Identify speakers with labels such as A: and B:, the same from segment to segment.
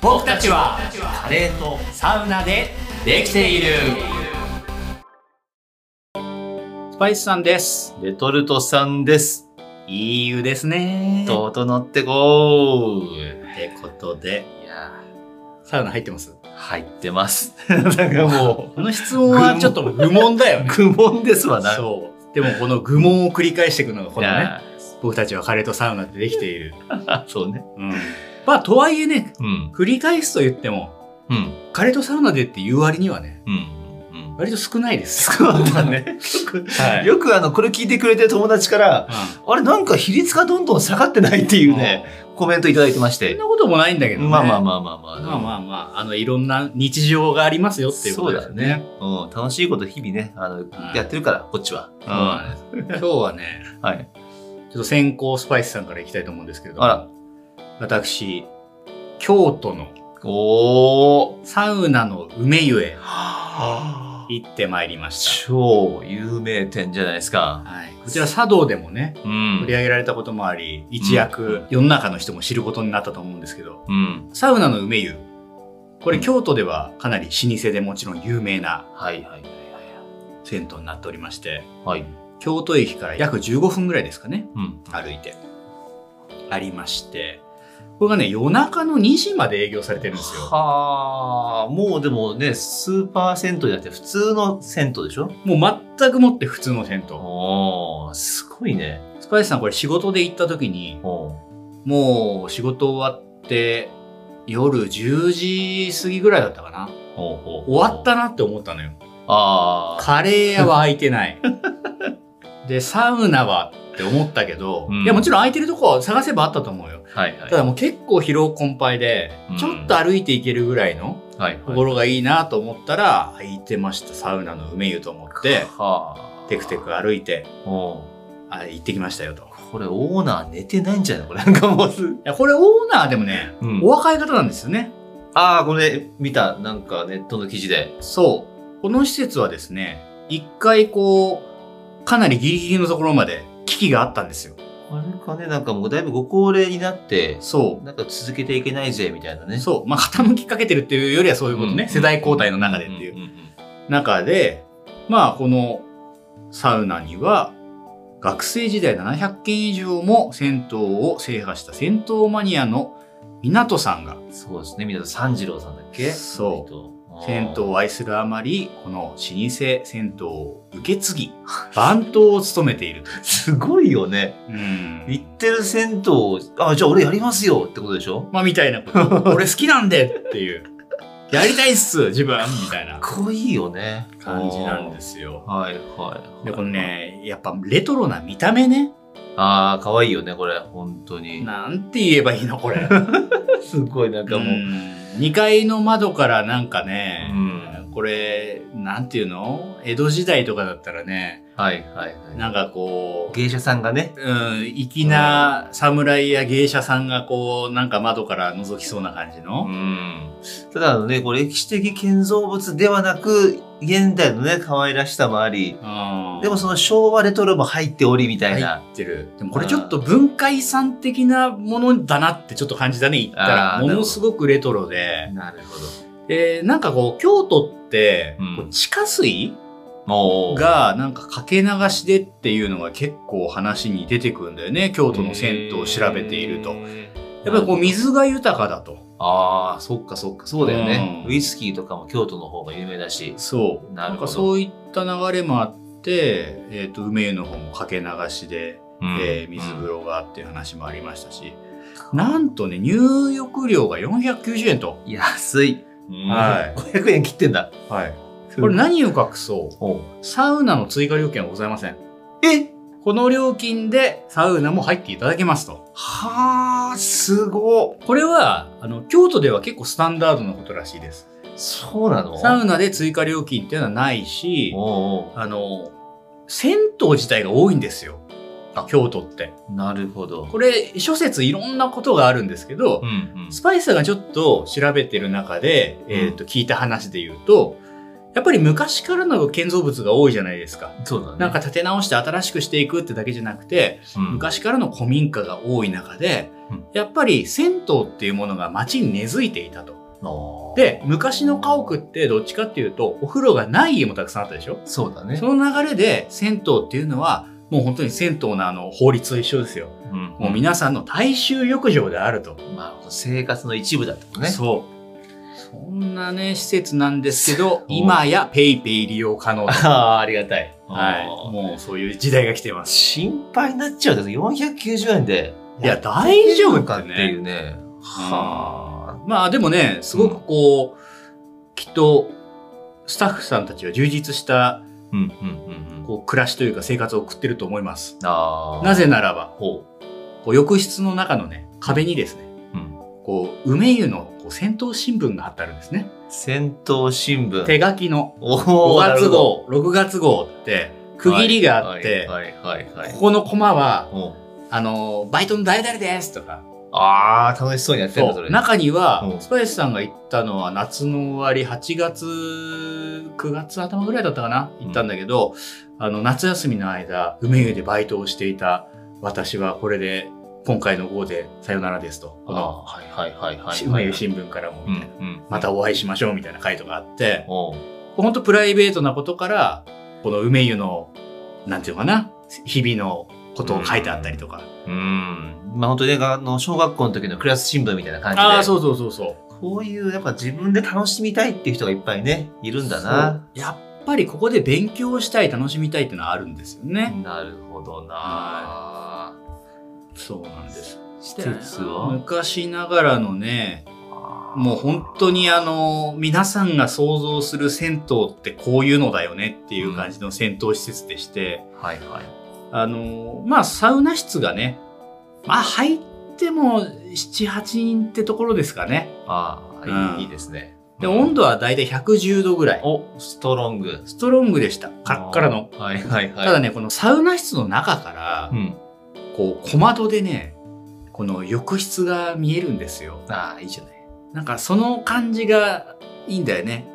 A: 僕たちは
B: カレーと
A: サウナでできているスパイスさんです
B: レトルトさんです。
A: いい湯ですねと
B: 整ってこー
A: ってことで
B: いや
A: サウナ入ってます
B: ー、入ってます。 なんかも
A: この質問はちょっと愚問だよ
B: う、
A: ね
B: 愚問ですわな。
A: そうでもこの愚問を繰り返していくのがこ
B: い
A: のね
B: や
A: 僕たちはカレーとサウナでできている、
B: ーそうね。
A: うん、まあとはいえね
B: うん。
A: 繰り返すと言っても
B: うん。
A: カレーとサウナでっていう割にはね
B: うん。うん。
A: 割と少ないです
B: そうだね。よく、
A: はい
B: よくあの、これ聞いてくれてる友達から、あれなんか比率がどんどん下がってないっていうね、コメントいただいてまし
A: そん
B: て
A: な。こともないんだけどね
B: まあまあまあまあま
A: ま
B: あ。
A: あまあまあ、あの、いろんな日常がありますよっていうこと
B: そ
A: で
B: う
A: す
B: だ
A: よ
B: ね
A: ね。。
B: うん。楽しいこと日々ね、あの、
A: はい
B: やってるから、こっちは。うん。
A: うん今日はね、
B: はい。
A: ちょっと先行スパイスさんからいきたいと思うんですけれども、
B: あら。
A: 私、京都の
B: おー。
A: サウナの梅湯へ
B: はあ。
A: 行ってまいりまし
B: 超有名店じゃないです
A: た。
B: か。
A: はい、こちら茶道でもね、
B: う
A: 取り上
B: ん。
A: げられたこともあり、一躍世の中の人も知ることになったと思うんですけど、
B: うん。
A: サウナの梅湯、これ
B: うん
A: 京都ではかなり老舗でもちろん有名な
B: はいはい
A: 銭湯になっておりまして、
B: はい。はい。
A: 京都駅から約15分ぐらいですかね、
B: うん。
A: 歩いてありましてこれがね夜中の2時まで営業されてるんですよ
B: はあ。もうでもね、スーパー銭湯じゃなくて普通の銭湯でしょ
A: もう全くもって普通の銭湯
B: おー、すごいね。
A: スパイスさんこれ仕事で行った時に
B: おー
A: もう仕事終わって夜10時過ぎぐらいだったかな
B: おーおー
A: 終わったなって思ったのよ
B: ああ。
A: カレー屋は空いてない でサウナはって思ったけど、
B: うん
A: いやもちろん空いてるとこは探せばあったと思うよ
B: はいはい。
A: ただもう結構疲労困憊で、
B: うん
A: ちょっと歩いていけるぐらいの
B: はいはい。
A: 心がいいなと思ったら、空いてました、サウナの梅湯と思って、
B: はあ。
A: テクテク歩いて、
B: おー
A: あ行ってきましたよと。い
B: これオーナー寝てないんじゃないこれなんかもうす、う
A: や、これオーナーでもね、
B: ん
A: お若い方なんですよね。
B: ああ、これ見た、なんかネットの記事で。
A: そう。この施設はですね、一回こう、かなりギリギリのところまで危機があったんですよ。
B: あれかね、なんかもうだいぶご高齢になって、
A: そ
B: なんか続けていけないぜ、みたいな
A: う。
B: ね。
A: そう。まあ、傾きかけてるっていうよりはそういうことね。
B: うん
A: 世代交代の中でっていう。
B: んんん
A: 中で、まあ、このサウナには、学生時代700件以上も銭湯を制覇した銭湯マニアの港さんが
B: うんそうですね、みんな三次郎さんだっけ
A: そう
B: う
A: 銭湯を愛するあまり、この老舗銭湯を受け継ぎ、番頭を務めていると。
B: すごいよね。行ってる銭湯、あ、じゃあ俺やりますよってことでしょ
A: まあ、みたいなこと。俺好きなんでっていう。やりたいっす、自分みたいな
B: かっこいいよね。。
A: 感じなんですすよ。
B: はいはい。
A: で、この。ね、やっぱレトロな見た目ね。
B: ああ、かわいいよね、これ。本当に。
A: なんて言えばいいの、これ。
B: すごい、なんかもう。
A: 2階の窓からなんか
B: う
A: ね、
B: ん。
A: これなんていうの江戸時代とかだったらね
B: はいはいはい。
A: なんかこう
B: 芸者さんがね、
A: うん、粋な侍や芸者さんがこうなんか窓から覗きそうな感じの、
B: ただあのね、こう歴史的建造物ではなく、現代のね、可愛らしさもあり、
A: うん
B: でもその昭和レトロも入っておりみたいな。
A: 入ってるでもこれちょっと文化遺産的なものだなってちょっと感じだね言ったら
B: あー
A: ものすごくレトロで
B: なるほど。
A: でなんかこう京都って
B: うん
A: こう地下水、
B: もう、
A: がなんかかけ流しでっていうのが結構話に出てくるんだよね京都の銭湯を調べているとやっ
B: へー
A: ぱりこう。水が豊かだと
B: ああ、そっかそっか、そうだよね、
A: うん
B: ウイスキーとかも京都の方が有名だし。
A: そう
B: なる
A: ん
B: ほど
A: かそういった流れもあって、えー、と梅湯の方もかけ流しで、えー水風
B: 呂。
A: 呂がっていう話もありましたし、なんとね入浴料が490円と、
B: 安い。。
A: はい
B: 500円切ってんだ。
A: これ何を隠そう
B: おう
A: サウナの追加料金はございません
B: え
A: この料金でサウナも入っていただけますと
B: はあ、すごっ
A: これはあの京都では結構スタンダードなことらしいです
B: そうなの
A: サウナで追加料金っていうのはないし
B: おうおう
A: あの銭湯自体が多いんですよ
B: あ
A: 京都って
B: なるほど。
A: これ諸説いろんなことがあるんですけど、
B: うんうん
A: スパイスがちょっと調べてる中で、
B: うん
A: えー、と聞いた話で言うとやっぱり昔からの建造物が多いじゃないですか
B: そうだね。
A: なんか、建て直して新しくしていくってだけじゃなくて
B: うん、
A: 昔からの古民家が多い中で
B: うん
A: やっぱり銭湯っていうものが街に根付いていたと。
B: あー
A: で、昔の家屋ってどっちかっていうと、お風呂がない家もたくさんあったでしょ
B: そうだね。
A: その流れで銭湯っていうのは、もう本当に銭湯のあの法律と一緒ですよ。
B: うん
A: もう皆さんの大衆浴場であると。
B: まあ、生活の一部だったもんね。
A: そう。そんなね、施設なんですけど、今やペイペイ利用可能と。
B: ああ、ありがたい。
A: はい。
B: あー
A: もうそういう時代が来てます。
B: 心配になっちゃうけど、490円で。
A: いや、
B: っ
A: 大
B: て
A: 丈
B: る
A: 夫
B: のか
A: か
B: っ
A: ってて
B: い
A: いうう。
B: ね。
A: は
B: は
A: まあでもね、すごくこう、きっと、スタッフさんたちは充実した
B: あ。うんうんうんうん。
A: こう暮らしというか生活を送ってると思います。
B: ああ。
A: なぜならば、
B: ほ
A: こう浴室の中のね、壁にですね、
B: う。うん。
A: こう、梅湯のこう戦闘新聞が貼ってあるんですね。
B: 戦闘新聞。
A: 手書きの
B: お
A: 5
B: おなる
A: 月
B: ほど
A: 号、6月号って区切りがあって、
B: はいはいはいはいはい
A: ここのコマは、
B: お
A: あの、バイトの誰々ですとか、
B: ああ、楽しそうにやってるんだ、それ。
A: 中に
B: う
A: は
B: ん、
A: スパイスさんが行ったのは夏の終わり、8月、9月頭ぐらいだったかな行ったんだけど、あの、夏休みの間、梅湯でバイトをしていた私はこれで、今回の号でさよならですと。この、
B: ああー、はいはいはいはい。
A: 梅湯新聞からも、
B: うん
A: みたいな
B: うん。
A: またお会いしましょうみたいな回とかあって、
B: おう
A: 本当プライベートなことから、この梅湯の、なんていうのかな、日々のことを書いてあったりとか。
B: うん。まあ本当にね、あの小学校の時のクラス新聞みたいな感じで。
A: ああ、そうそうそうそう。
B: こういう、やっぱ自分で楽しみたいっていう人がいっぱいね、いるんだな。
A: そうやっぱりここで勉強したい楽しみたいってのはあるんですよね、
B: なるほどな
A: は。そうなんです
B: 施設は
A: 昔ながらのねもう本当
B: っ
A: にあの皆さんが想像する銭湯ってこういうのだよねっていう感じの銭湯施設でして、
B: はいはい。
A: あのまあサウナ室がねまあ入っても78人ってところですかね
B: あ
A: う
B: あ、
A: ん
B: いいいいですね。
A: で
B: うん
A: 温度はだいたい110度ぐらい
B: お、ストロング。
A: ストロングでしたカラッカラの
B: あー。はいはいはい。
A: ただねこのサウナ室の中から、
B: うん。
A: こう小窓でねこの浴室が見えるんですよ
B: ああ、いいじゃない。
A: なんかその感じがいいんだよね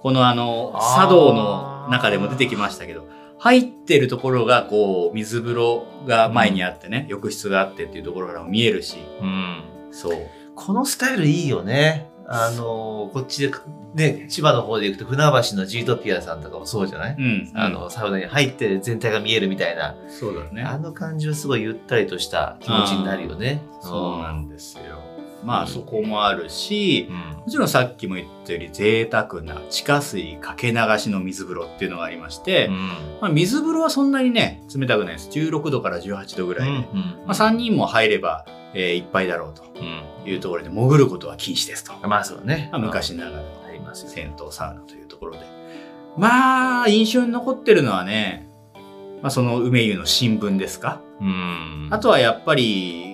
A: このあの
B: あー
A: 茶道の中でも出てきましたけど入ってるところがこう水風呂が前にあってね、浴室があってっていうところからも見えるし
B: うん。
A: そう
B: このスタイルいいよね。あの、こっちで、ね、千葉の方で行くと船橋のジートピアさんとかもそうじゃない、
A: うん
B: あの、サウナに入って全体が見えるみたいな。
A: そうだね
B: あの感じはすごいゆったりとした気持ちになるよね。
A: そうなんですよまあ
B: うん
A: そこもあるし
B: うん
A: もちろんさっきも言ったより贅沢な地下水かけ流しの水風呂っていうのがありまして、
B: うん
A: まあ、水風呂はそんなにね、冷たくないです。16度から18度ぐらいで。ま
B: うん
A: あ、3人も入れば、えーいっぱいだろうと
B: う
A: いうところで、潜ることは禁止ですと。
B: ん。まあそうね。
A: まあ、昔ながらの
B: ありますよね。
A: 銭湯サウナというところで。まあ、印象に残ってるのはね、まあ、その梅湯の新聞ですか。
B: うん
A: あとはやっぱり、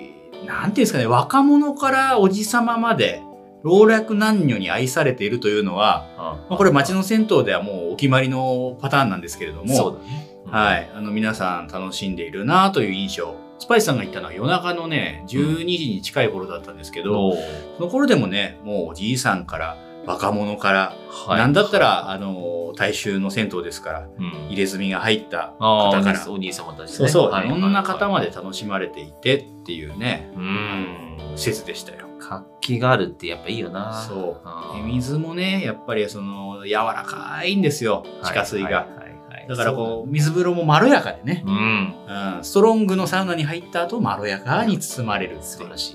A: なんていうんですかね、若者からおじさままで、老若男女に愛されているというのは、
B: は、
A: まあ、これ街の銭湯ではもうお決まりのパターンなんですけれども、
B: そうだね。。
A: はいい。あの、皆さん楽しんでいるなという印象。スパイスさんが言ったのは夜中のね、12時に近い頃だったんですけど、
B: どう
A: その頃でもね、もうおじいさんから、若者から、
B: は
A: なんだったら、あの、大衆の銭湯ですから、
B: うん
A: 入れ墨が入った
B: あ
A: 方
B: ー
A: から、
B: お兄様たちね。
A: そうそう、
B: はいい
A: ろんな方まで。楽しまれていてっていうね、
B: うん。
A: 施設でしたよ。
B: 活気があるってやっぱいいよな。
A: そう
B: あー
A: で水もね、やっぱりその、柔らかいんですよ、地下水が。
B: はいはいはいはい
A: だからこう、水風呂もまろやかでね、
B: う、うん、
A: うん、ストロングのサウナに入った後まろやかに包まれるって
B: 素
A: い
B: 晴
A: う
B: らしい。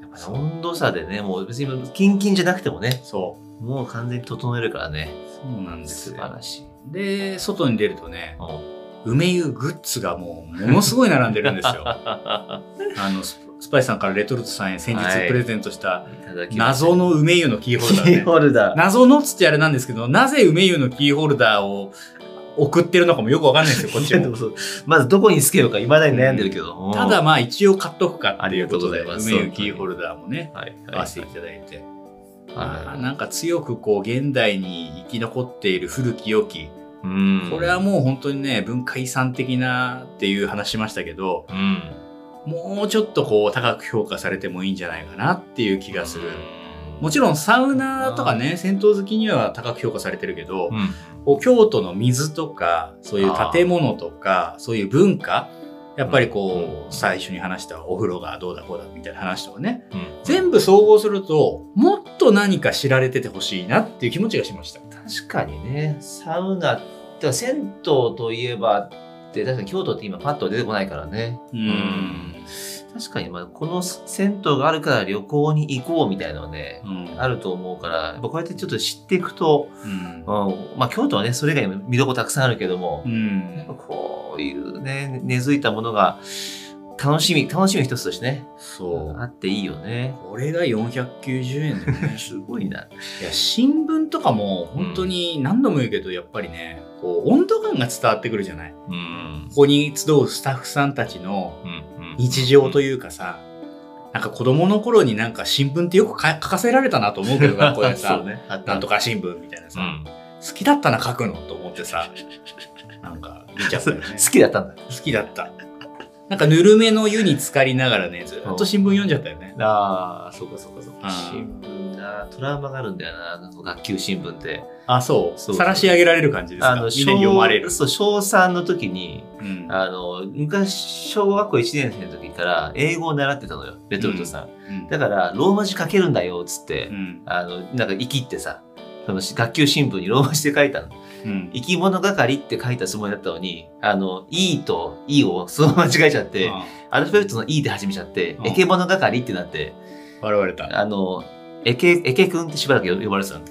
B: やっぱね温度差でね、もう別にキンキンじゃなくてもね、
A: そう
B: もう完全に整えるからね。
A: そうなんで
B: 素
A: す
B: 晴
A: よ
B: らしい。
A: で外に出るとね
B: うん
A: 梅湯グッズがもうものすごい並んでるんです よ
B: あ
A: あのススパイスさんからレトルトさんへ先
B: はい
A: 日プレゼントした
B: いただきます
A: 謎の梅湯のキーホルダ
B: キ
A: ー
B: ー
A: ね
B: ホルダー。
A: 謎のっつってあれなんですけどなぜ梅湯のキーホルダーを送ってるのかもよくわかんないんですよこっち
B: いやで
A: も
B: もそうまずどこにつけようか、いまだに悩んでるけど。うん
A: ただ、まあ一応買っとくかっていうことで
B: ありがとうございます
A: 梅湯キーホルダーもね
B: はい
A: 合
B: は
A: わ
B: い
A: せていただいてあー
B: は
A: なんか強くこう現代に生き残っている古き良き、
B: いうん
A: これはもう本当にね文化遺産的なっていう話しましたけど
B: うん、
A: もうちょっとこう高く評価されてもいいんじゃないかなっていう気がする、も
B: ち
A: ちろんサウナとかね銭湯好きには高く評価されてるけど、
B: ん、
A: こう京都の水とかそういう建物とかそういう文化やっぱりこ
B: う
A: う、
B: ん
A: 最初に話したお風呂がどうだこうだみたいな話とかね、
B: うん
A: 全部総合すると、もっと何か知られててほしいなっていう気持ちがしました。
B: 確かにねサウナてか銭湯といえばって確かに京都って今パッと出てこないからね
A: うん。
B: 確かにまあこの銭湯があるから旅行に行こうみたいなのはね
A: うん
B: あると思うからやっぱこうやってちょっと知っていくと、
A: うん
B: うんまあ、京都はねそれ以外にも見どころたくさんあるけども
A: う、
B: やっぱ
A: ん。
B: こういうね根付いたものが楽しみ楽しみ一つとしてね
A: そ
B: あ
A: う。
B: っていいよね。
A: これが490円だよね。
B: すごいな。
A: いや、新聞とかも本当に何度も言うけど、やっぱりね、こう、温度感が伝わってくるじゃない
B: うん
A: ここに集うスタッフさんたちの
B: うん
A: 日常と
B: いう
A: いうかさ、なんか子供の頃になんか新聞ってよくか書かせられたなと思うけど、学校 でさ、
B: ね、あった
A: なんとか新聞みたいなさ、好きだったな書くのと思って さ、なんか見ちゃったよね。
B: 好きだったんだ。
A: 好きだった。なんかぬるめの湯に浸かりながらね、ずっと新聞読んじゃったよね。
B: ああ、そうかそうかそう
A: か
B: 新聞な、トラウマがあるんだよな、なんか学級新聞って。
A: あ、そう。
B: そう
A: 晒し上げられる感じですか。みんなに
B: 小
A: 読まれる。
B: そう、小3の時に、
A: うん
B: あの、昔、小学校1年生の時から英語を習ってたのよ、レトルトさん。
A: うん
B: だから、ローマ字書けるんだよ、つって、
A: うん
B: あの、なんか、生きってさ、その学級新聞にローマ字で書いたの。
A: うん
B: 生き物係って書いたつもりだったのに、あの、E と E をそのまま間違えちゃって、
A: あ
B: アルファベットの E で始めちゃって
A: う、ん
B: エケボの係ってなって、
A: 笑われた。
B: あの、エケ、エケ君ってしばらく呼ばれてたの。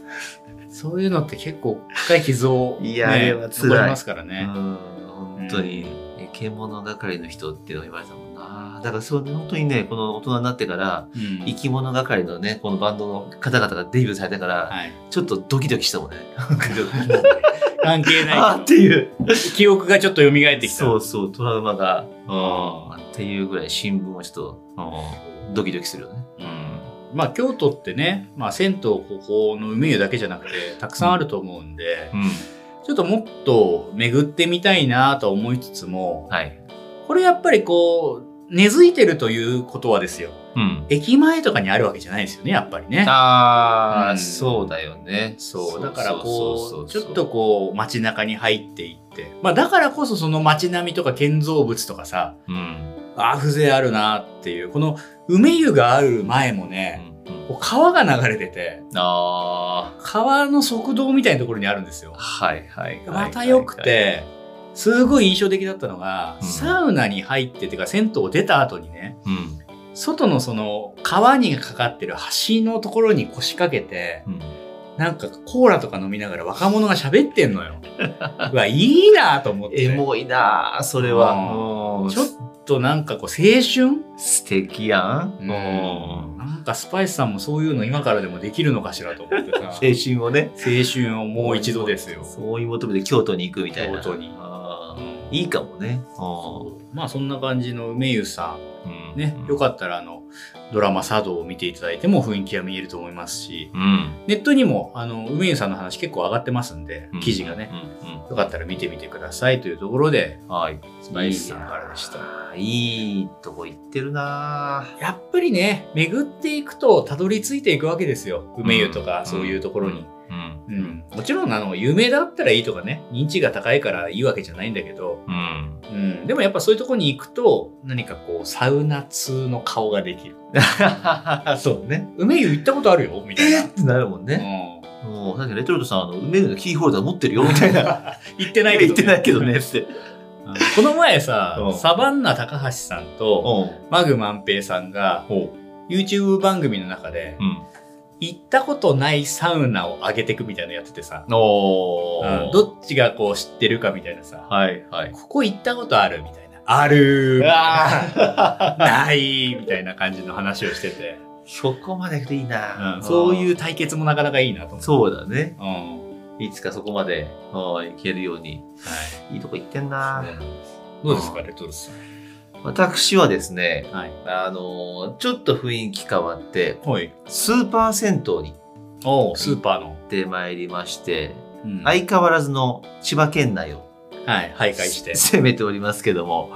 A: そういうのって結構深い傷を、ね、
B: いやあれは辛い
A: 残りますから
B: うん
A: ね。、
B: 本当に、エケボの係の人っていうのを言われてたもんな。だからそう、本当にね、この大人になってから、
A: うん
B: 生き物係のね、このバンドの方々がデビューされたから、
A: はい。
B: ちょっとドキドキしたもんね。
A: 関係
B: あ
A: な
B: ーっていう。
A: い。記憶がちょっと蘇ってきた。
B: そうそう、トラウマが。うん。っていうぐらい新聞はちょっと、うん、ドキドキするよね。
A: うんまあ、京都ってね、まあ、銭湯ここの梅湯だけじゃなくて、たくさんあると思うんで、
B: うん。
A: ちょっともっと巡ってみたいなと思いつつも、
B: はい。
A: これやっぱりこう、根付いてるということはですよ。
B: うん。
A: 駅前とかにあるわけじゃないですよね、やっぱりね。
B: あー、
A: うん
B: そうだよね。
A: そう、だから
B: そ
A: こ、
B: そう
A: ち
B: そ
A: ょっと、こう、街中に入っていって、まあだからこそその街並みとか建造物とかさ、
B: うん。
A: ああ、風情あるなっていう、この梅湯がある前もね、
B: うん
A: こう川が流れてて、
B: あ
A: 川の側道みたいなところにあるんですよ
B: ー、。はいはいはいはい。
A: また良く。て、すごい印象的だったのが、
B: うん
A: サウナに入っててか銭湯を出た後にね、
B: うん。
A: 外のその川にかかってる橋のところに腰掛けて、
B: うん
A: なんかコーラとか飲みながら若者が喋ってんの よ。うわ、いいなと思って。
B: エモいなあそれは。うん
A: ちょっとなんかこう青春
B: 素敵やん。
A: うんなんかスパイスさんもそういうの今からでもできるのかしらと思ってさ。 青
B: 青春をね。
A: 春をもう一度ですよ。
B: そういう求めて京都に行くみたいな。
A: 京都に
B: あ
A: う
B: ー
A: ん
B: いいかもね。
A: まあそんな感じの梅湯さん
B: うん
A: ね、よかったらあのドラマ「茶道」を見ていただいても雰囲気が見えると思いますし
B: うん。
A: ネットにもあの梅湯さんの話結構上がってますんで記事がね、
B: うん。うん
A: よかったら見てみてくださいというところで
B: はい。
A: スパイスさんからでした
B: た。いいとこ行ってるなぁ
A: やっぱりね巡っていくとたどり着いていくわけですよ梅湯とかそういうところに、
B: うん。
A: うんもちろんあの有名だったらいいとかね認知が高いからいいわけじゃないんだけど、
B: うん。
A: うん、でもやっぱそういうところに行くと何かこうサウナ通の顔ができる
B: そうね。
A: 梅湯行ったことあるよみたいな、
B: ってなるもんね。
A: う
B: もう、さっきレトルトさん、あの、梅のキーホルダー持ってるよ、みたい な。
A: ん、行ってないけ
B: 言
A: ど、
B: ってないけどね、って。
A: うんこの前さ、
B: うん
A: サバンナ高橋さんと
B: う
A: マグマンペイさんが
B: ん。う。
A: YouTube 番組の中で
B: ん。
A: 行ったことないサウナを上げてくみたいなのやっててさ、
B: おー。
A: うんどっちがこう知ってるかみたいなさ、
B: はい、はい。
A: ここ行ったことあるみたいな。ある
B: あ
A: ないみたいな感じの話をしてて、
B: そこまで行くといいな、。
A: うんそういうう対決もなかなかいいなと思って。
B: そうだね。
A: うん。はい。
B: つかそこまで、うん行けるように。いいとこ行ってんない
A: どうですか、レトルトさん。
B: 私はですね、
A: はい。
B: あのーちょっと雰囲気変わって、
A: はい。
B: スーパー銭湯に行
A: おうスーパーの。
B: ってまいりまして、
A: うんはい。
B: 相変わらずの千葉県内を
A: 徘徊して。
B: 攻めておりますけども、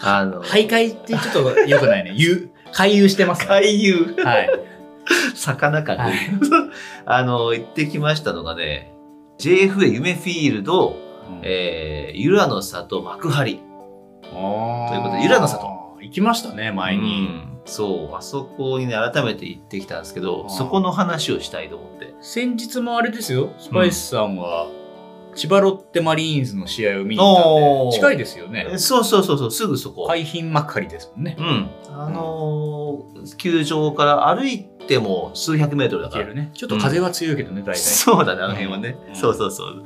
B: あの、
A: 徘徊ってちょっと良くない ね。ゆ、回遊してますね。
B: 海遊、
A: はい。
B: 魚か
A: はい
B: あの、行ってきましたのがね、JFA 夢フィールド、
A: うん
B: えー、ゆらの里幕張。
A: と
B: ということで由良の里
A: 行きましたね前
B: う
A: に、
B: んそうあそこにね改めて行ってきたんですけ
A: あ
B: ど
A: ー
B: そこの話をしたいと思って
A: 先日もあれですよスパイスさんは千葉ロッテマリーンズの試合を見に行ったん
B: おー
A: で近いですよね
B: えそうそうそうそうすぐそこ、
A: 海浜幕張ですもんね
B: うんあのー球場から歩いても数百メートルだ
A: 行
B: か
A: け
B: ら
A: るねちょっと風は強いけどね、大体
B: そうだね、あの辺はね。
A: うん
B: そうそうそう。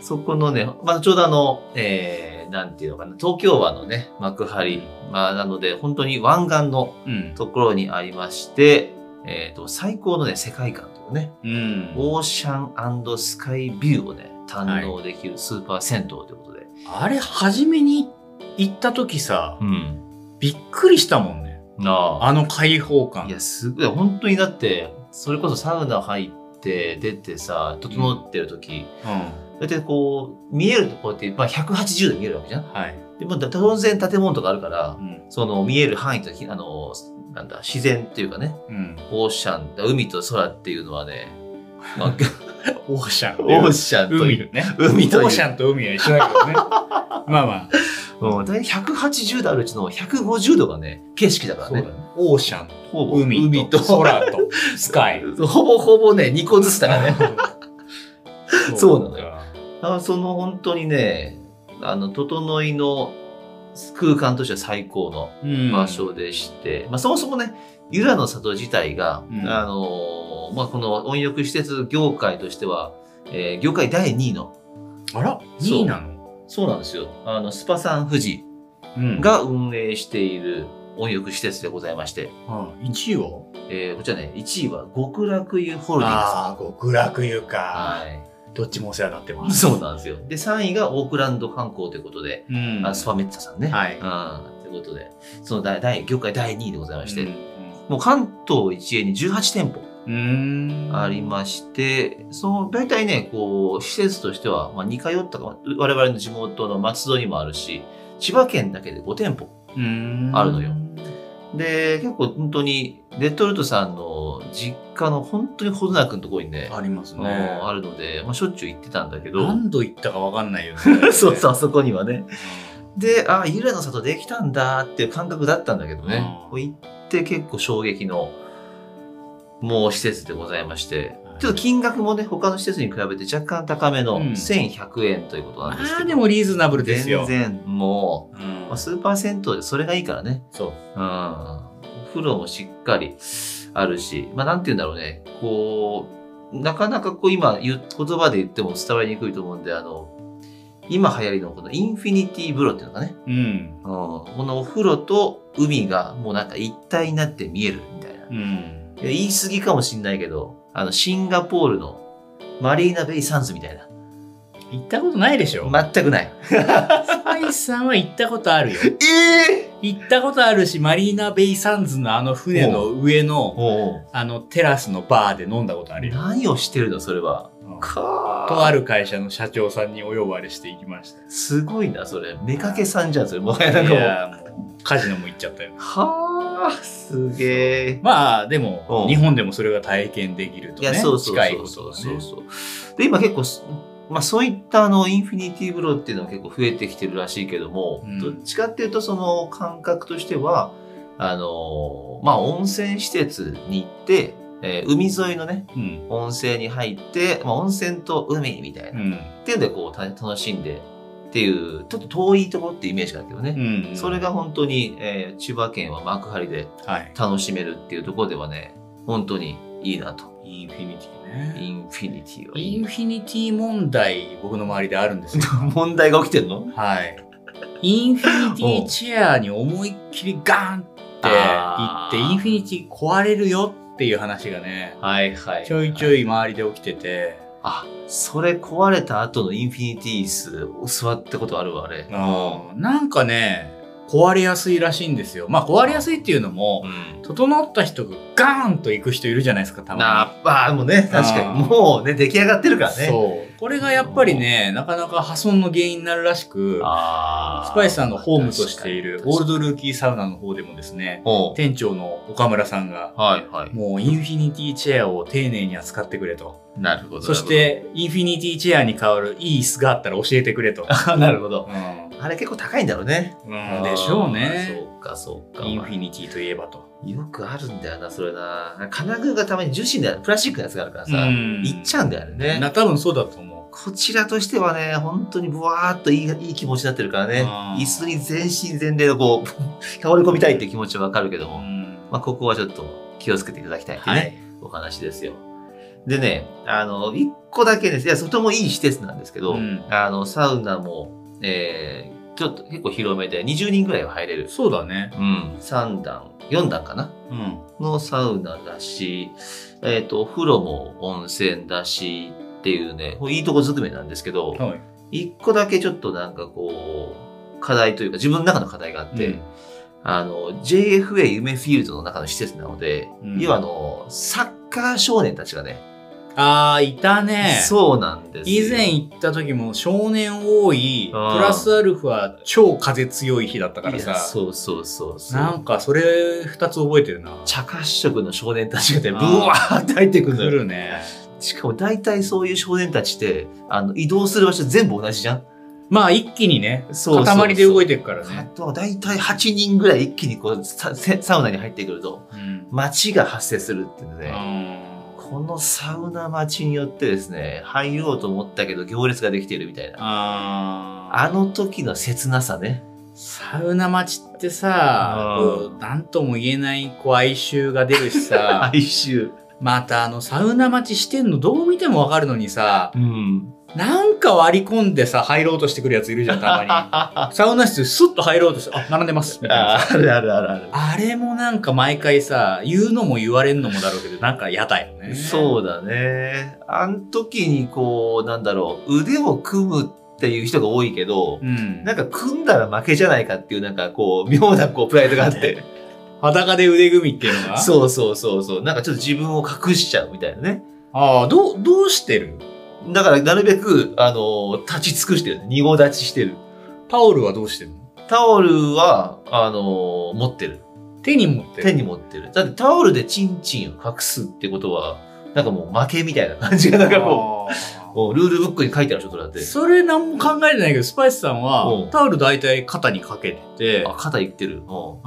B: そこのね、まあ、ちょうどあの、えー、なんていうのかな、東京湾のね、幕張、まあ、なので、本当に湾岸の
A: うん、
B: ところにありまして、えっ、と、最高のね、世界観というね、
A: うん、
B: オーシャンスカイビューをね、堪能できるスーパー銭湯ということで。
A: あれ初めに行った時さ
B: うん。
A: びっくりしたもんね
B: なあ。
A: あの開放感
B: いや、すごい。本当にだって、それこそサウナ入って、出てさ、整ってる時、
A: うん
B: だってこう、見えるとこうやって、まあ、180度見えるわけじゃん。
A: はい、
B: でもだ当然建物とかあるか
A: う
B: ら、
A: ん
B: その見える範囲と、ひあの、なんだ、自然っていうかね、
A: うん、
B: オーシャン、海と空っていうのはね、まあ
A: オーシャン
B: オーシャンという。
A: 海ね
B: 海とい
A: オ
B: う
A: ーシャンと海は一緒だけ どねまあまあ
B: うん、大体180度あるうちの150度がね、景色だからね。
A: ねオーシャン
B: ほぼ
A: 海と空とスカイ
B: ほぼほぼね、2個ずつだからね。 そうなの
A: よ
B: あその本当にね、あの、整いの空間としては最高の場所でして、まあ、そもそもね、由良の里自体が、
A: うん
B: あのーまあ、この温浴施設業界としては、えー業界第2位の、
A: あら
B: そう
A: 2位なの
B: そうなんですよ、あのスパさん富士
A: うん
B: が運営している温浴施設でございまして、
A: 1位は
B: えーこちらね、1位は極楽湯ホールディングス。
A: ああ極楽湯か
B: は
A: どっちもお世話になってま
B: い、
A: す
B: そうなんですよ。で、3位がオークランド観光ということで、
A: うん
B: あスパメッツァさんね。
A: はい
B: うん。ということで、その第第業界第2位でございまして、
A: う
B: もう関東一円に18店舗
A: ん
B: ありまして、その大体ね、こう、施設としては、まあ、2回寄ったか、我々の地元の松戸にもあるし、千葉県だけで5店舗。
A: うん
B: あるのよで、結構本当に、レトルトさんの実家の本当にほどなくのところにね、
A: あります
B: うん
A: ね
B: あるので、まあ、しょっちゅう行ってたんだけど、
A: 何度行ったかわかんないよね
B: そうそうう、あそこにはね。
A: ん
B: で、あ、ゆらの里できたんだっていう感覚だったんだけどね、
A: うん
B: こう行って結構衝撃の、もう施設でございまして、
A: はい
B: ちょっと金額もね、他の施設に比べて若干高めの
A: うん
B: 1100円ということなんですけ
A: まあ
B: ど。
A: でもリーズナブルです
B: 全
A: よ
B: 然も
A: うん
B: う、まあ、スーパー銭湯でそれがいいからね。
A: そう
B: うん。お風呂もしっかりあるし、まあなんて言うんだろうね、こう、なかなかこう今言う言葉で言っても伝わりにくいと思うんで、あの、今流行りのこのインフィニティ風呂っていうのがね、
A: うん
B: うん、このお風呂と海がもうなんか一体になって見えるみたいな。い
A: うん
B: や言い過ぎかもしんないけど、あの、シンガポールのマリーナベイサンズみたいな。
A: 行ったことないでしょ
B: 全くない。
A: スパイスさんは行ったことあるよ
B: え え
A: 行ったことあるし、マリーナ・ベイ・サンズのあの船の上の、
B: お
A: あのテラスのバーで飲んだことあるよ。
B: 何をしてるのそれは。
A: うん
B: か
A: とある会社の社長さんにお呼ばれしていきまし
B: すごいな、それ。目かけさんじゃん、それ。もはや
A: た。
B: なん
A: い
B: かもう
A: や、もうカジノも行っちゃったよ。
B: はあ、すげえ。
A: まあ、でも
B: う、ん
A: 日本でもそれが体験できると
B: いや、
A: ね、
B: そうそう
A: 近い
B: そ
A: こ
B: う
A: と
B: そう
A: が
B: そう
A: ね。
B: そう。で、今結構す、まあそういったあの、インフィニティ風呂っていうのは結構増えてきてるらしいけども、
A: うん
B: どっちかっていうとその感覚としては、あのーまあ温泉施設に行って、えー海沿いのね、
A: うん。
B: 温泉に入って、まあ温泉と海みたいな。
A: うん。
B: っていうんでこうた楽しんでっていう、ちょっと遠いところってイメージだけどね。
A: うん。
B: それが、本当に、えー千葉県は幕張で
A: はい。
B: 楽しめるっていうところではね、本当にいいなと。
A: インフィニティね。
B: インフィニティはいい
A: インフィニティ問題、僕の周りであるん ですよ。
B: 問題が起きてんの
A: はい。インフィニティチェアに思いっきりガーンって行
B: あ
A: って、
B: ー
A: インフィニティ壊れるよっていう話がね、
B: はいはい。
A: ちょいちょ
B: い。
A: い周りで起きてて、
B: あ、それ壊れた後のインフィニティ椅子を座ったことあるわ、あれ。
A: うんなんかね、壊れやすいらしいんですよ。まあ壊れやすいっていうのも、
B: ん。
A: 整った人がガーンと行く人いるじゃないですか、たま
B: なあ、あもうね、確かに。
A: うん
B: もうね、出来上がってるから
A: に。
B: ね。う。
A: そう。これがやっぱりね、なかなか破損の原因になるらしく、
B: あ
A: スパイスさんのホームとしているオール
B: ド。
A: ドルーキーサウナの方でもですね、
B: おう
A: 店長の岡村さんが、
B: はいはい。
A: もうインフィニティチェアを丁寧に扱ってくれと。
B: なるほど。
A: そし、て、インフィニティチェアに代わるいい椅子があったら教えてくれと。
B: なるほど。
A: うん
B: あれ結構高いんだろうね。
A: うん、でしょうね。
B: そうか、そうか。
A: インフィニティといえばと。
B: よくあるんだよな、それな。金具がたまに樹脂で、プラスチックのやつがあるからさ、
A: うん
B: いっちゃうんだよね。
A: な多分そうだと思
B: こちらとしてはね、本当にブワーっといいいい気持ちになってるからね
A: あ、ー
B: 椅子に全身全霊でこう、 倒れ込みたいって気持ちはわかるけど
A: う。
B: も、
A: ん
B: まあ、ここはちょっと気をつけていただきたいっていうね、
A: はい。
B: お話ですよ。でね、あの、一個だけです。いや、とてもいい施設なんですけど、
A: うん
B: あの、サウナも、えーちょっと結構広めで、20人ぐらいは入れる。
A: そうだね。
B: うん、3段、4段かな
A: うん。
B: のサウナだし、えっ、と、お風呂も温泉だしっていうね、これいいとこずくめなんですけど、
A: はい。
B: 一個だけちょっとなんかこう、課題というか、自分の中の課題があって、
A: うん
B: あの、JFA 夢フィールドの中の施設なので、
A: うん
B: 要はあの、サッカー少年たちがね、
A: ああ、いたね。
B: そうなんですよ
A: 以前行った時も少年多い、プ
B: うん
A: ラスアルファ超風強い日だったから
B: いや
A: さ。
B: そうそうそうそう。
A: なんかそれ二つ覚えてるな。
B: 茶褐色の少年たちがね、
A: あ
B: ブ
A: ー
B: ワーって入ってくるの
A: 来
B: よ。
A: るね。
B: しかも大体そういう少年たちって、あの、移動する場所全部同じじゃん
A: まあ一気にね、
B: そうそうそう
A: 塊で動いていくから
B: あ
A: ね。
B: とは大体8人ぐらい一気にこうサせサウナに入ってくると
A: うん
B: 街が発生するっていうので、
A: あー
B: このサウナ街によってですね入ろうと思ったけど行列ができているみたいな
A: あ
B: あの時の切なさね
A: ー。サウナ町ってさ、
B: うん
A: こうなんとも言えないこう哀愁が出るし さ、
B: 哀愁
A: またあのサウナ町してんのどう見てもわかるのにさ、
B: うん
A: なんか割り込んでさ、入ろうとしてくるやついるじゃん、たま
B: あ
A: に。サウナ室スッと入ろうとして、あ、並んでます。みたいな
B: あるあるあるある
A: あれもなんか毎回さ、言うのも言われんのもだろうけど、なんか嫌だよね。
B: そうだねあの時にこうなんだろう腕を組むっていう人が多いけど、
A: うん。
B: なんか組んだら負けじゃないかっていうなんかこう妙なこうプライドがあって
A: 裸で腕組みっていうのが
B: そうそうそうそう。なんかちょっと自分を隠しちゃうみたいなね。
A: ああ、どう、どうしてる
B: だからなるべく、あの、立ち尽くしてる。二号立ちしてる。
A: タオルはどうしてるの
B: タオルは、あの、持ってる。
A: 手に持ってる。
B: 手に持ってる。だってタオルでチンチンを隠すってことは、なんかもう負けみたいな感じが、なんかもう、
A: あ
B: もうルールブックに書いてあるでしょ、それだっ
A: あ
B: て。
A: それ何も考えてないけど、スパイスさん
B: う
A: は
B: ん
A: タオル大体肩にかけてて、
B: あ、肩いってる。うん。
A: うん。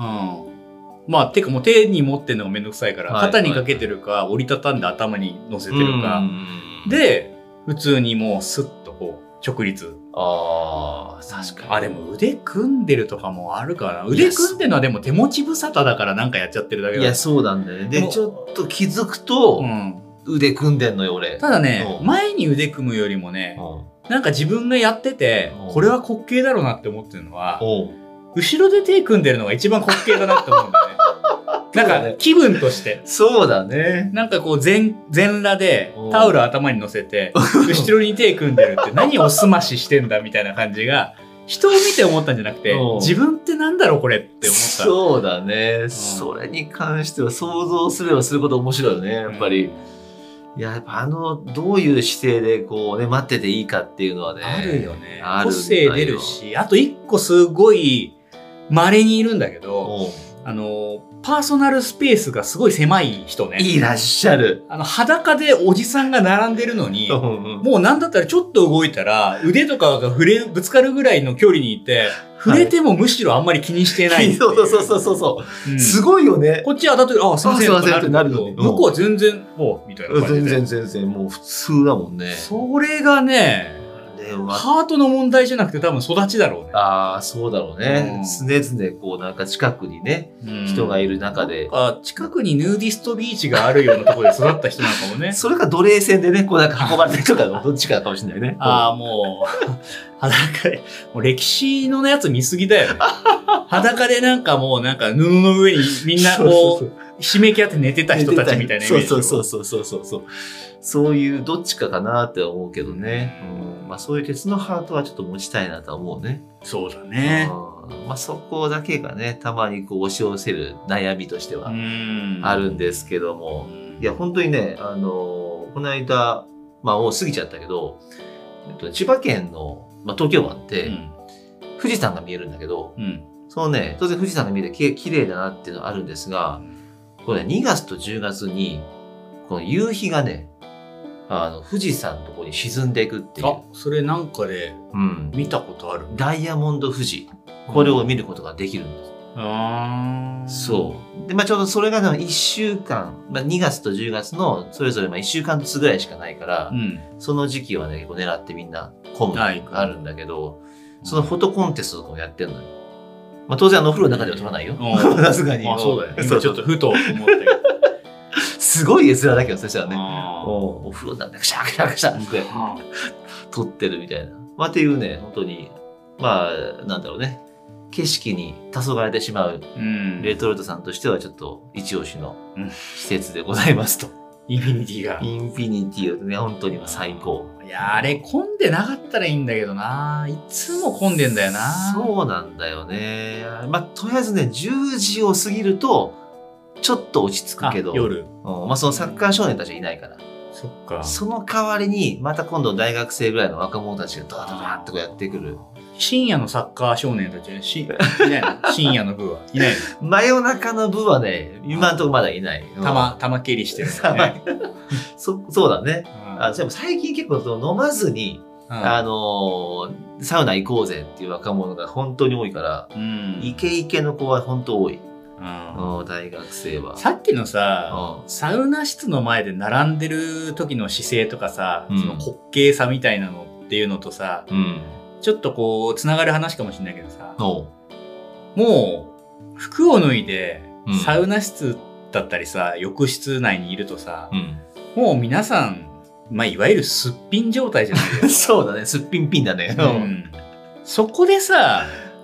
A: まあ、てかもう手に持ってるのがめんどくさいから、
B: はい
A: 肩にかけてるか、折りたたんで頭に乗せてる
B: う
A: か。
B: ん、
A: で、普通にもうスッとこう、直立。
B: ああ、確かに。
A: あ、でも腕組んでるとかもあるかな。腕組んでるのはでも手持ち無沙汰だからなんかやっちゃってるだけ
B: い
A: だ
B: や、そうなんだよね。
A: で
B: で、
A: も
B: ちょっと気づくと
A: う、ん。
B: 腕組んでんのよ、俺。
A: ただね、
B: うん
A: 前に腕組むよりもね、
B: うん。
A: なんか自分がやってて
B: う、ん
A: これは滑稽だろうなって思ってるのは、
B: おう
A: 後ろで手組んでるのが一番滑稽だなって思うんだよ ね。なん
B: そう
A: か
B: だね
A: 気分として。
B: そうだね。
A: なんかこう全、全裸で
B: うん
A: タオル頭に乗せ て、後ろに手組んでるって何をすまししてんだみたいな感じが、人を見て思ったんじゃなくて
B: うん、
A: 自分ってなんだろうこれって思った。
B: そうだね、それに関しては想像すればするほど面白いよねやっぱり、いややっぱあのどういう姿勢でこうね待ってていいかっていうのはね
A: あるよね
B: あ。る
A: 個性出るし、あと一個すごい稀にいるんだけど、
B: おう
A: あの、パーソナルスペースがすごい狭い人ね。
B: いらっしゃる、
A: あの、裸でおじさんが並んでるのに
B: う、んうん
A: もうなんだったらちょっと動いたら、腕とかが触れ、ぶつかるぐらいの距離にいて、触れてもむしろあんまり気にしてないってい。
B: そうそうそうそうそう、
A: うん
B: すごいよね
A: こっちは当たってる、あ、すいません、
B: あすいません
A: となるけ
B: って
A: ど
B: なるのにうん
A: 向こうは全然、おうみたいな感じ
B: 全
A: で。
B: 然全然もう普通だもんね
A: それがね、
B: でまあ
A: ハートの問題じゃなくて多分育ちだろうね。
B: あーそうだろうね、
A: う
B: 常々こうなんか近くにね
A: うん
B: 人がいる中で、
A: あ近くにヌーディストビーチがあるようなところで育った人なんかもね。
B: それか奴隷船でねこうなんか運ばれてる とかのどっちかかもしれないね
A: ああ、もう、裸で、もう歴史のやつ見すぎだ よね。裸でなんかもうなんか布の上にみんな
B: そうそう
A: こ
B: そう
A: う、ひめき合って寝てた人たちみたいなイメージ。
B: そうそう
A: う。
B: そうそうそうそうそういうどっちかかなって思うけどね、うんまあ、そういう鉄のハートはちょっと持ちたいなとは思うね、
A: そうだね。
B: うんまあ、そこだけがねたまにこう押し寄せる悩みとして
A: う
B: は
A: ん。
B: あるんですけども、いや本当にねあのこの間まあもう過ぎちゃったけど、えっと、千葉県の、まあ、東京湾っ
A: う
B: て
A: ん。
B: 富士山が見えるんだけど、
A: うん。
B: そのね当然富士山が見えてき綺麗だなっていうのはあるんですが、これね、2月と10月に、この夕日がね、あの、富士山のとこに沈んでいくってい
A: あ
B: う。
A: それなんかで
B: うん。
A: 見たことある
B: ダイヤモンド富士。これを見ることができるんです。
A: あー
B: そう。で、まあちょうどそれが1週間、まあ2月と10月のそれぞれまあ1週間ずつぐらいしかないから
A: う、ん
B: その時期はね、結構狙ってみんな混む
A: はい
B: あるんだけど、そのフォトコンテストとかもやってるのよ。まあ当然あのお風呂の中では撮らないよ。
A: うん
B: さすがに。
A: まあそうだよね
B: そ
A: 今
B: う
A: ちょっとふと思ったけ ど
B: すごい絵面だけど、そしたらね。
A: あー
B: おお風呂なんだ、くしゃくしゃくしゃって撮ってるみたいな。まあっていうね、本当に、まあなんだろうね。景色に黄昏てしまう
A: うん
B: レトルトさんとしてはちょっと一押しの
A: うん
B: 施設でございます と。
A: インフィニティが
B: インフィニティはね、本当にもう最高。
A: いやーあれ混んでなかったらいいんだけどないつも混んでんだよな
B: そうなんだよね。まあ、とりあえずね、10時を過ぎると、ちょっと落ち着く
A: あ
B: けど、
A: 夜
B: うんまあ、そのサッカー少年たちはいないから、
A: そっか
B: その代わりに、また今度大学生ぐらいの若者たちがドワドワっとこうやってくる。
A: 深夜のサッカー少年たちは しいないの深夜の部はいないの
B: 真夜中の部はね、今のところまだいない。うん
A: 玉玉蹴りしてる のね
B: そそうだね。
A: うん
B: あでも最近結構その飲まずに、あのーサウナ行こうぜっていう若者が本当に多いから、
A: うん
B: イケイケの子は本当多い。
A: うん
B: うん大学生は。
A: さっきのさ、
B: うん
A: サウナ室の前で並んでる時の姿勢とかさ、
B: うん
A: その滑稽さみたいなのっていうのとさ、
B: うん。
A: ちょっとこう、つながる話かもしれないけどさ、
B: おう
A: もう、服を脱いで
B: うん、
A: サウナ室だったりさ、浴室内にいるとさ、
B: う
A: もう皆さん、まあ、いわゆるすっぴん状態じゃないで
B: ん、
A: す
B: そうだね、すっぴんぴんだね。
A: か。うんそこでさ、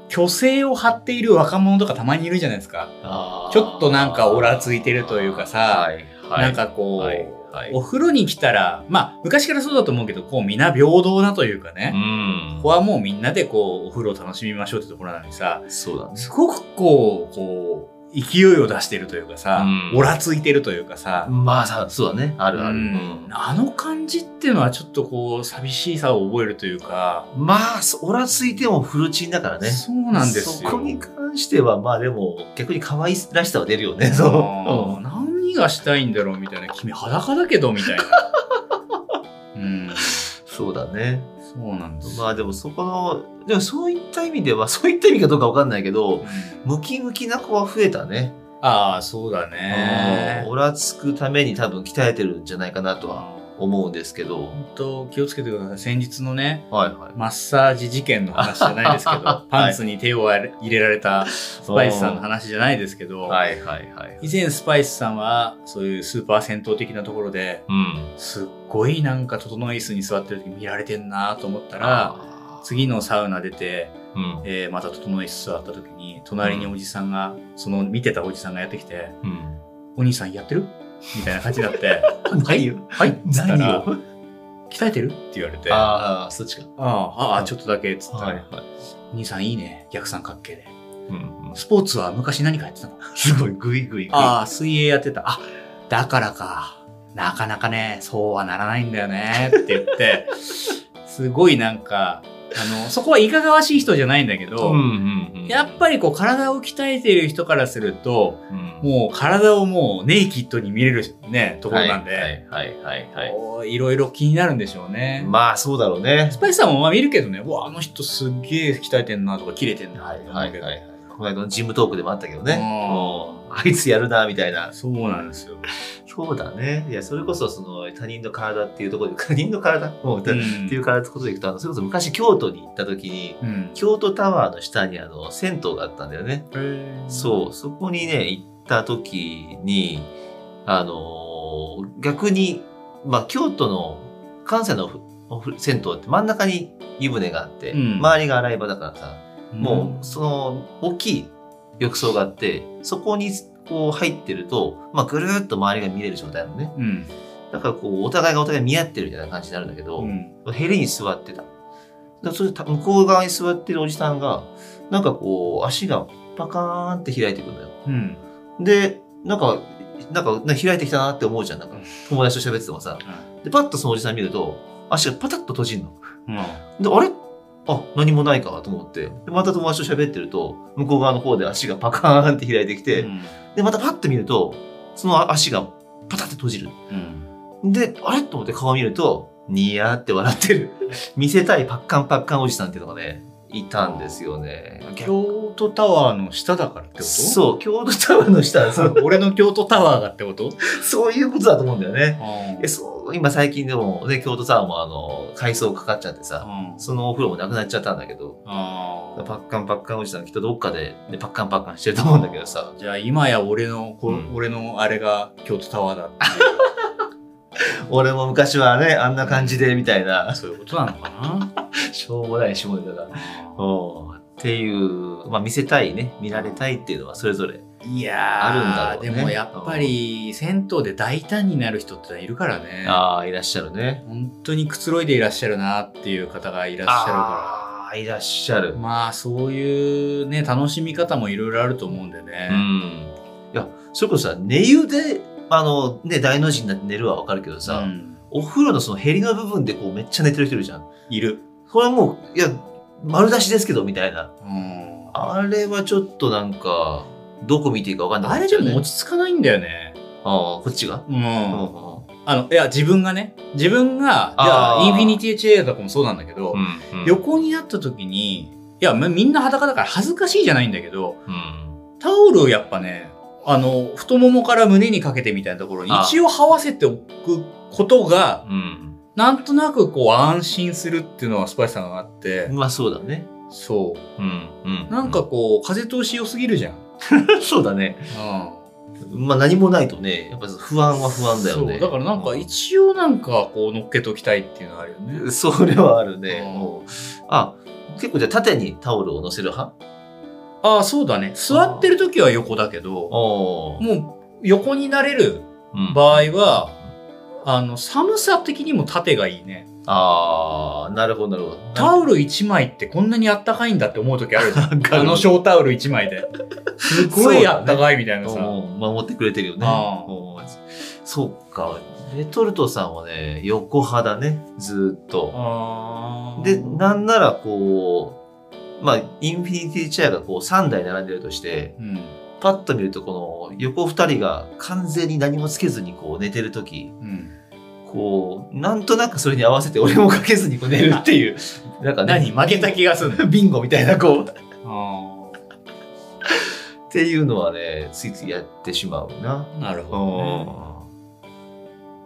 A: 虚勢を張っている若者とかたまにいるじゃないですか。
B: あー
A: ちょっとなんかオラついてるというかさ
B: はいはい、
A: なんかこう、
B: はいはい
A: お風呂に来たら、まあ、昔からそうだと思うけど、こう、みんな平等だというか
B: う
A: ね、
B: ん
A: ここはもうみんなでこう、お風呂を楽しみましょうってところなのにさ、
B: そうだね。
A: すごくこう、こう、勢いを出してるというかさ、
B: うん
A: オラついてるというかさ、
B: まあさ、そうだね、あるある。
A: う
B: うんん
A: あの感じっていうのはちょっとこう、寂しさを覚えるというか、
B: まあ、そオラついてもフルチンだからね。
A: そうなんですよ。
B: そこに関しては、まあでも、逆に可愛らしさは出るよね。そう。
A: あー何がしたいんだろうみたいな、君裸だけどみたい な。うん、
B: うんそうだね。
A: そうなんですよ。
B: まあでも、そこの、でもそういった意味では、そういった意味かどうかわかんないけど、
A: うん
B: ムキムキな子は増えたね。
A: ああ、そうだね。
B: うんオラつくために多分鍛えてるんじゃないかなとは思うんですけど、
A: 本当気をつけてください先日のね
B: はいはい。
A: マッサージ事件の話じゃないです けど、
B: はい
A: パンツに手を入れられたスパイスさんの話じゃないですけど、
B: はいはいはい。
A: 以前スパイスさんはそういうスーパー銭湯的なところで
B: うん。
A: すっごいなんか整い椅子に座ってる時見られてんなと思ったら
B: あー、
A: 次のサウナ出て、
B: うん。
A: えーまた整い椅子座った時に隣におじさんが、その見てたおじさんがやってきて
B: うん。
A: 「お兄さんやってる?」みたいな感じにな って「は
B: 何
A: い
B: よ
A: はい」っつった
B: 何
A: ら
B: よ
A: 「鍛えてる?」って言われて。
B: ああ、そっちか。
A: ああ、ああ、ちょっとだけ、つったら、
B: はい。
A: 兄さんいいね、逆三角形で。
B: うん。
A: スポーツは昔何かやってたの
B: すごい、グイグイグイ。
A: ああ、水泳やってた。あ、だからか。なかなかね、そうはならないんだよね、って言って、 すごいなんか、あの、そこはいかがわしい人じゃないんだけど、
B: うんうんうん。
A: やっぱりこう体を鍛えている人からすると、
B: うん、
A: もう体をもうネイキッドに見れるね、ところなんで、
B: はいはいはいはいは
A: こういろいろ気になるんでしょうね
B: い。。まあ、そうだろうね
A: ス。パイスさんもまあ見るけどね、うわ、あの人すっげえ鍛えてんなとか、切れてんな
B: は
A: と
B: い
A: か思
B: は
A: うけ
B: い
A: ど
B: はい。この間のジムトークでもあったけどね。
A: うん
B: もうあいつやるな、みたいな。
A: そうなんですよ。
B: そうだね。いや、それこそ、その、他人の体っていうところで、 他人の体もう、っていう体ってことでいくと、あの、それこそ昔京都に行った時に、
A: うん。
B: 京都タワーの下にあの銭湯があったんだよね。そう、そこにね、行った時に、あのー逆に、まあ、京都の関西のお風お風銭湯って真ん中に湯船があって、
A: うん
B: 周りが洗い場だからさ、
A: うん。
B: もうその大きい浴槽があって、そこにこう入ってると、まあ、ぐるーっと周りが見れる状態なのね。
A: う、うん。
B: だからこう、お互いがお互い見合ってるみたいな感じになるんだけど、
A: うん。
B: ヘリに座ってた。だからそれた向こう側に座ってるおじさんが、なんかこう、足がパカーンって開いてくるのよ。
A: うん。
B: で、なんか、なんか、な開いてきたなって思うじゃん。なんか
A: うん、
B: 友達と喋っててもさ。で、パッとそのおじさん見ると、足がパタッと閉じんの。
A: うん。
B: で、あれあ、何もないかと思って。で、また友達と喋ってると、向こう側の方で足がパカーンって開いてきて、
A: うん。
B: で、またパッと見ると、その足がパタッて閉じる。
A: うん。
B: で、あれと思って顔見ると、ニヤーって笑って る。見せたいパッカンパッカンおじさんっていうのがね、いたんですよね。
A: 京都タワーの下だからってことう。
B: そう、京都タワーの下、そう
A: 俺の京都タワーがってこと
B: そういうことだと思うんだよね。えそう今最近でも、ね、京都タワーもあの、改装かかっちゃってさ、
A: うん
B: そのお風呂もなくなっちゃったんだけど、
A: あー
B: パッカンパッカンおじさんきっとどっかで、ね、パッカンパッカンしてると思うんだけどさ、
A: じゃあ今や俺の、こ
B: うん
A: 俺のあれが京都タワーだって
B: 俺も昔はね、あんな感じで、みたい な、
A: そういうことなのかな
B: しょうもない下ネタが。おーっていう、まあ見せたいね、見られたいっていうのはそれぞれ。
A: いやー
B: あるんだろうね
A: でもやっぱり銭湯で大胆になる人っているからね
B: ああ、いらっしゃるね。
A: 本当にくつろいでいらっしゃるなっていう方がいらっしゃるか
B: ああー、いらっしゃる
A: ら。まあそういうね楽しみ方もいろいろあると思うんで
B: う
A: ね、
B: ん。いや、それこそさ、寝湯で、あの、ね、大の字になって寝るはわかるけどさ、
A: うん
B: お風呂のそのヘリの部分でこうめっちゃ寝てる人いるじゃん。
A: いる、
B: これもう、いや、丸出しですけど、みたいな。
A: うん、あ
B: あれはちょっとなんか、どこ見ていいかわかんない、
A: れでも
B: ね、
A: 落ち着かないんだよね
B: ああ、こっちが
A: うん、
B: うんうん
A: あのいや自分がね自分がじゃ
B: あ
A: あ
B: ー
A: インフィニティチェアとかもそうなんだけど、
B: うん。うん
A: 横になった時にいやまみんな裸だから恥ずかしいじゃないんだけど、
B: うん
A: タオルをやっぱね、あの、太ももから胸にかけてみたいなところに
B: あ
A: 一応這わせておくことが、
B: うん。
A: なんとなくこう安心するっていうのはスパイスさんがあって、
B: まあそうだね。
A: そ
B: うん。うん。
A: う。なんか、こう、風通し良すぎるじゃん。
B: そうだね。
A: う
B: まあ何もないとね、やっぱ不安は不安だよね。
A: そう。だからなんか一応なんかこう乗っけときたいっていうのはあるよね。
B: それはあるね。
A: うん
B: もうあ、結構じゃあ縦にタオルを乗せる派
A: ああ、そうだね。座ってる時は横だけど、
B: おー
A: もう横になれる
B: うん
A: 場合は、あの、寒さ的にも縦がいいね。
B: あー、なるほど、なるほど。
A: タオル1枚ってこんなにあったかいんだって思う時 あるじゃん。
B: なんか
A: あのショータオル1枚で。すごいあったかいみたいなさ。
B: うん守ってくれてるよね。
A: あー
B: うんそうか。レトルトさんはね、横派だね、ずーっと。
A: あー
B: で、なんならこう、まあ、インフィニティチェアがこう3台並んでるとして、
A: うん。
B: パッと見るとこの横2人が完全に何もつけずにこう寝てるとき、
A: うん。
B: こう、なんとなくそれに合わせて俺もかけずにこう寝るっていう、なんかね、
A: 何負けた気が するの
B: ビンゴみたいなこう、っ
A: あ
B: ていうのはね、ついついやってしまうな。
A: ーなるほ
B: う
A: どね、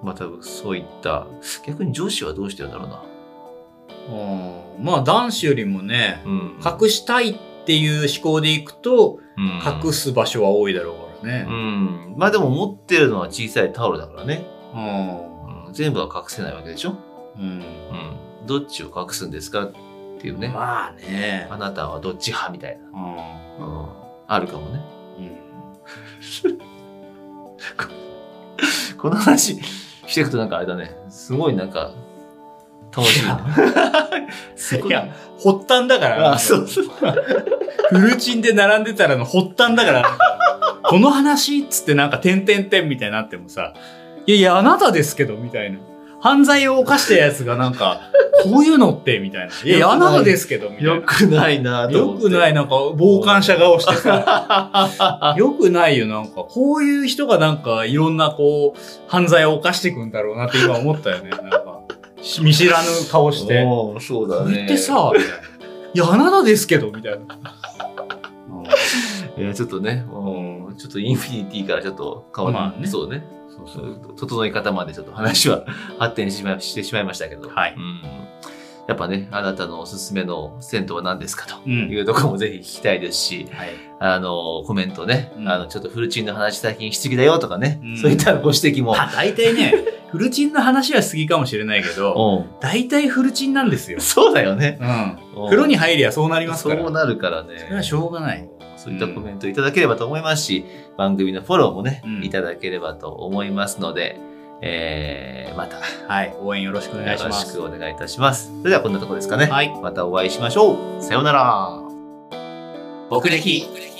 B: ん。まあ多分そういった、逆に女子はどうしてるんだろうな。
A: うんまあ男子よりもね、
B: うん
A: 隠したいっていう思考でいくと、
B: うん
A: 隠す場所は多いだろうから
B: う
A: ね。
B: ん。まあでも持ってるのは小さいタオルだからね。
A: うん。
B: うん全部は隠せないわけでしょ。
A: うん
B: うん。どっちを隠すんですかっていうね。
A: まあね。
B: あなたはどっち派みたいな。
A: うん
B: うん。あるかもね。
A: うん
B: この話していくとなんかあれだね。すごいなんか、楽しいね。 すごい。
A: いや発端だから。
B: あ、そうそう。
A: フルチンで並んでたらの発端だ からなんか、この話っつってなんか点々点みたいになってもさ、いやいや、あなたですけど、みたいな。犯罪を犯したやつがなんか、こういうのって、みたいな。いやいや、あなたですけど、みたいな。
B: よくないなと
A: よ
B: 思って。
A: くない、
B: な。
A: なんか、傍観者顔してさ。 よくないよ、なんか。こういう人がなんか、いろんなこう、犯罪を犯していくんだろうなって今思ったよね。なんか、し見知らぬ顔して。
B: そうだ
A: こ
B: ね。
A: れってさ、みたいな。いや、あなたですけど、みたいな。うん
B: いや、ちょっとね、うん、ちょっとインフィニティからちょっと変わる、
A: まあね
B: そうね。
A: そう
B: そ
A: そう
B: う整え方までちょっと話は発展しましてしまいましたけど。
A: はい
B: うん。やっぱね、あなたのおすすめの銭湯は何ですかと。
A: うん。
B: いうところもぜひ聞きたいですし、
A: はい。
B: あの、コメントね、
A: うん
B: あの、ちょっとフルチンの話最近しすぎだよとかね、
A: うん
B: そういったご指摘も。
A: まあ大体ね、フルチンの話は過ぎかもしれないけど、
B: うん
A: 大体フルチンなんですよ。
B: そうだよね。
A: うん。
B: うん
A: 風呂に入りゃそうなりますから。
B: そうなるからね。
A: それはしょうがない。
B: そういったコメントいただければと思いますし、番組のフォローもね、
A: うん
B: いただければと思いますので、えー、またよ
A: はい。応援よろしくお願いし
B: ろ
A: ま
B: し
A: す。
B: くお願いいたします。それではこんなところですかね。
A: はい。
B: またお会いしましょう。さようなら。
A: 僕歴。